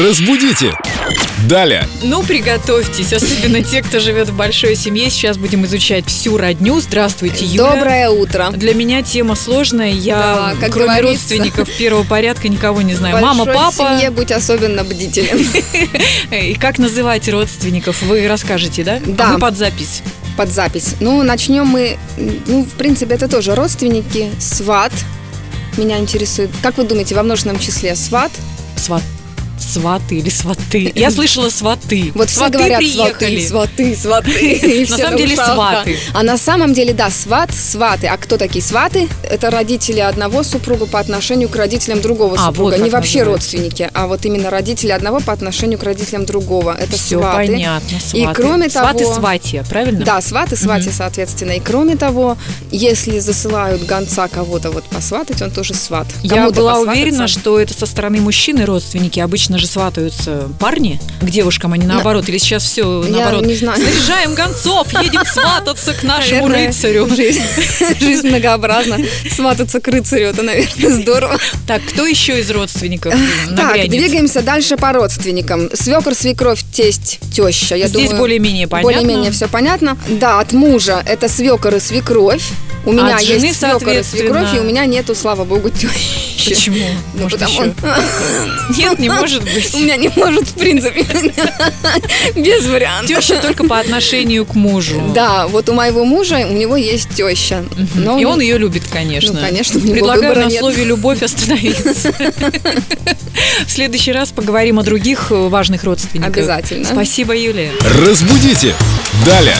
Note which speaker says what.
Speaker 1: Разбудите! Далее!
Speaker 2: Ну, приготовьтесь, особенно те, кто живет в большой семье. Сейчас будем изучать всю родню. Здравствуйте, Юля.
Speaker 3: Доброе утро.
Speaker 2: Для меня тема сложная. Я,
Speaker 3: Да, как
Speaker 2: кроме
Speaker 3: говорится.
Speaker 2: родственников первого порядка, никого не знаю.
Speaker 3: В
Speaker 2: Мама,
Speaker 3: большой
Speaker 2: папа. Э,
Speaker 3: семье будь особенно бдителен.
Speaker 2: И как называете родственников? Вы расскажете, да?
Speaker 3: Да.
Speaker 2: А мы под запись.
Speaker 3: Под запись. Ну, начнем мы, м, ну, в принципе, это тоже родственники. Сват меня интересует. Как вы думаете, во множественном числе сват?
Speaker 2: Сват. Сваты или сваты. Я слышала сваты.
Speaker 3: Вот все
Speaker 2: сваты
Speaker 3: говорят
Speaker 2: приехали.
Speaker 3: сваты, сваты, сваты. И
Speaker 2: На
Speaker 3: все
Speaker 2: самом деле
Speaker 3: ушах, да.
Speaker 2: сваты.
Speaker 3: А на самом деле, да, сват, сваты. А кто такие сваты? Это родители одного супруга по отношению к родителям другого
Speaker 2: А, вот
Speaker 3: супруга.
Speaker 2: как
Speaker 3: Не вообще
Speaker 2: называется.
Speaker 3: родственники, а вот именно родители одного по отношению к родителям другого. Это
Speaker 2: Все
Speaker 3: сваты.
Speaker 2: понятно. Сваты.
Speaker 3: кроме
Speaker 2: сваты
Speaker 3: того-
Speaker 2: сватья, правильно?
Speaker 3: Да, сваты, свати, соответственно. И кроме того, если засылают гонца кого-то вот посватать, он тоже сват.
Speaker 2: Я
Speaker 3: Кому-то
Speaker 2: была
Speaker 3: посвататься.
Speaker 2: уверена, что это со стороны мужчины родственники. Обычно же сватаются парни к девушкам, а не наоборот. Или сейчас все
Speaker 3: Я
Speaker 2: наоборот.
Speaker 3: не знаю.
Speaker 2: Заряжаем гонцов, едем свататься к нашему
Speaker 3: Наверное,
Speaker 2: рыцарю.
Speaker 3: Жизнь, жизнь многообразна. Свататься к рыцарю, это, наверное, здорово.
Speaker 2: Так, кто еще из родственников
Speaker 3: Так,
Speaker 2: нагрянет?
Speaker 3: двигаемся дальше по родственникам. Свекр, свекровь, тесть, теща. Я
Speaker 2: Здесь
Speaker 3: думаю,
Speaker 2: более-менее понятно.
Speaker 3: Более-менее все понятно. Да, от мужа это свекор и свекровь. У меня
Speaker 2: А от жены,
Speaker 3: есть свекор и свекровь,
Speaker 2: соответственно.
Speaker 3: и у меня нету, слава богу, тещи.
Speaker 2: Почему?
Speaker 3: Ну,
Speaker 2: Может,
Speaker 3: потому-
Speaker 2: еще? Нет, не может
Speaker 3: У
Speaker 2: быть.
Speaker 3: меня не может, в принципе, без вариантов.
Speaker 2: Теща только по отношению к мужу.
Speaker 3: Да, вот у моего мужа, у него есть теща. Но
Speaker 2: И он ее любит, конечно.
Speaker 3: Ну, конечно, у него
Speaker 2: Предлагаю
Speaker 3: выбора
Speaker 2: на
Speaker 3: нет.
Speaker 2: слове «любовь» остановиться. В следующий раз поговорим о других э, важных родственниках.
Speaker 3: Обязательно.
Speaker 2: Спасибо, Юлия.
Speaker 1: Разбудите! Далее!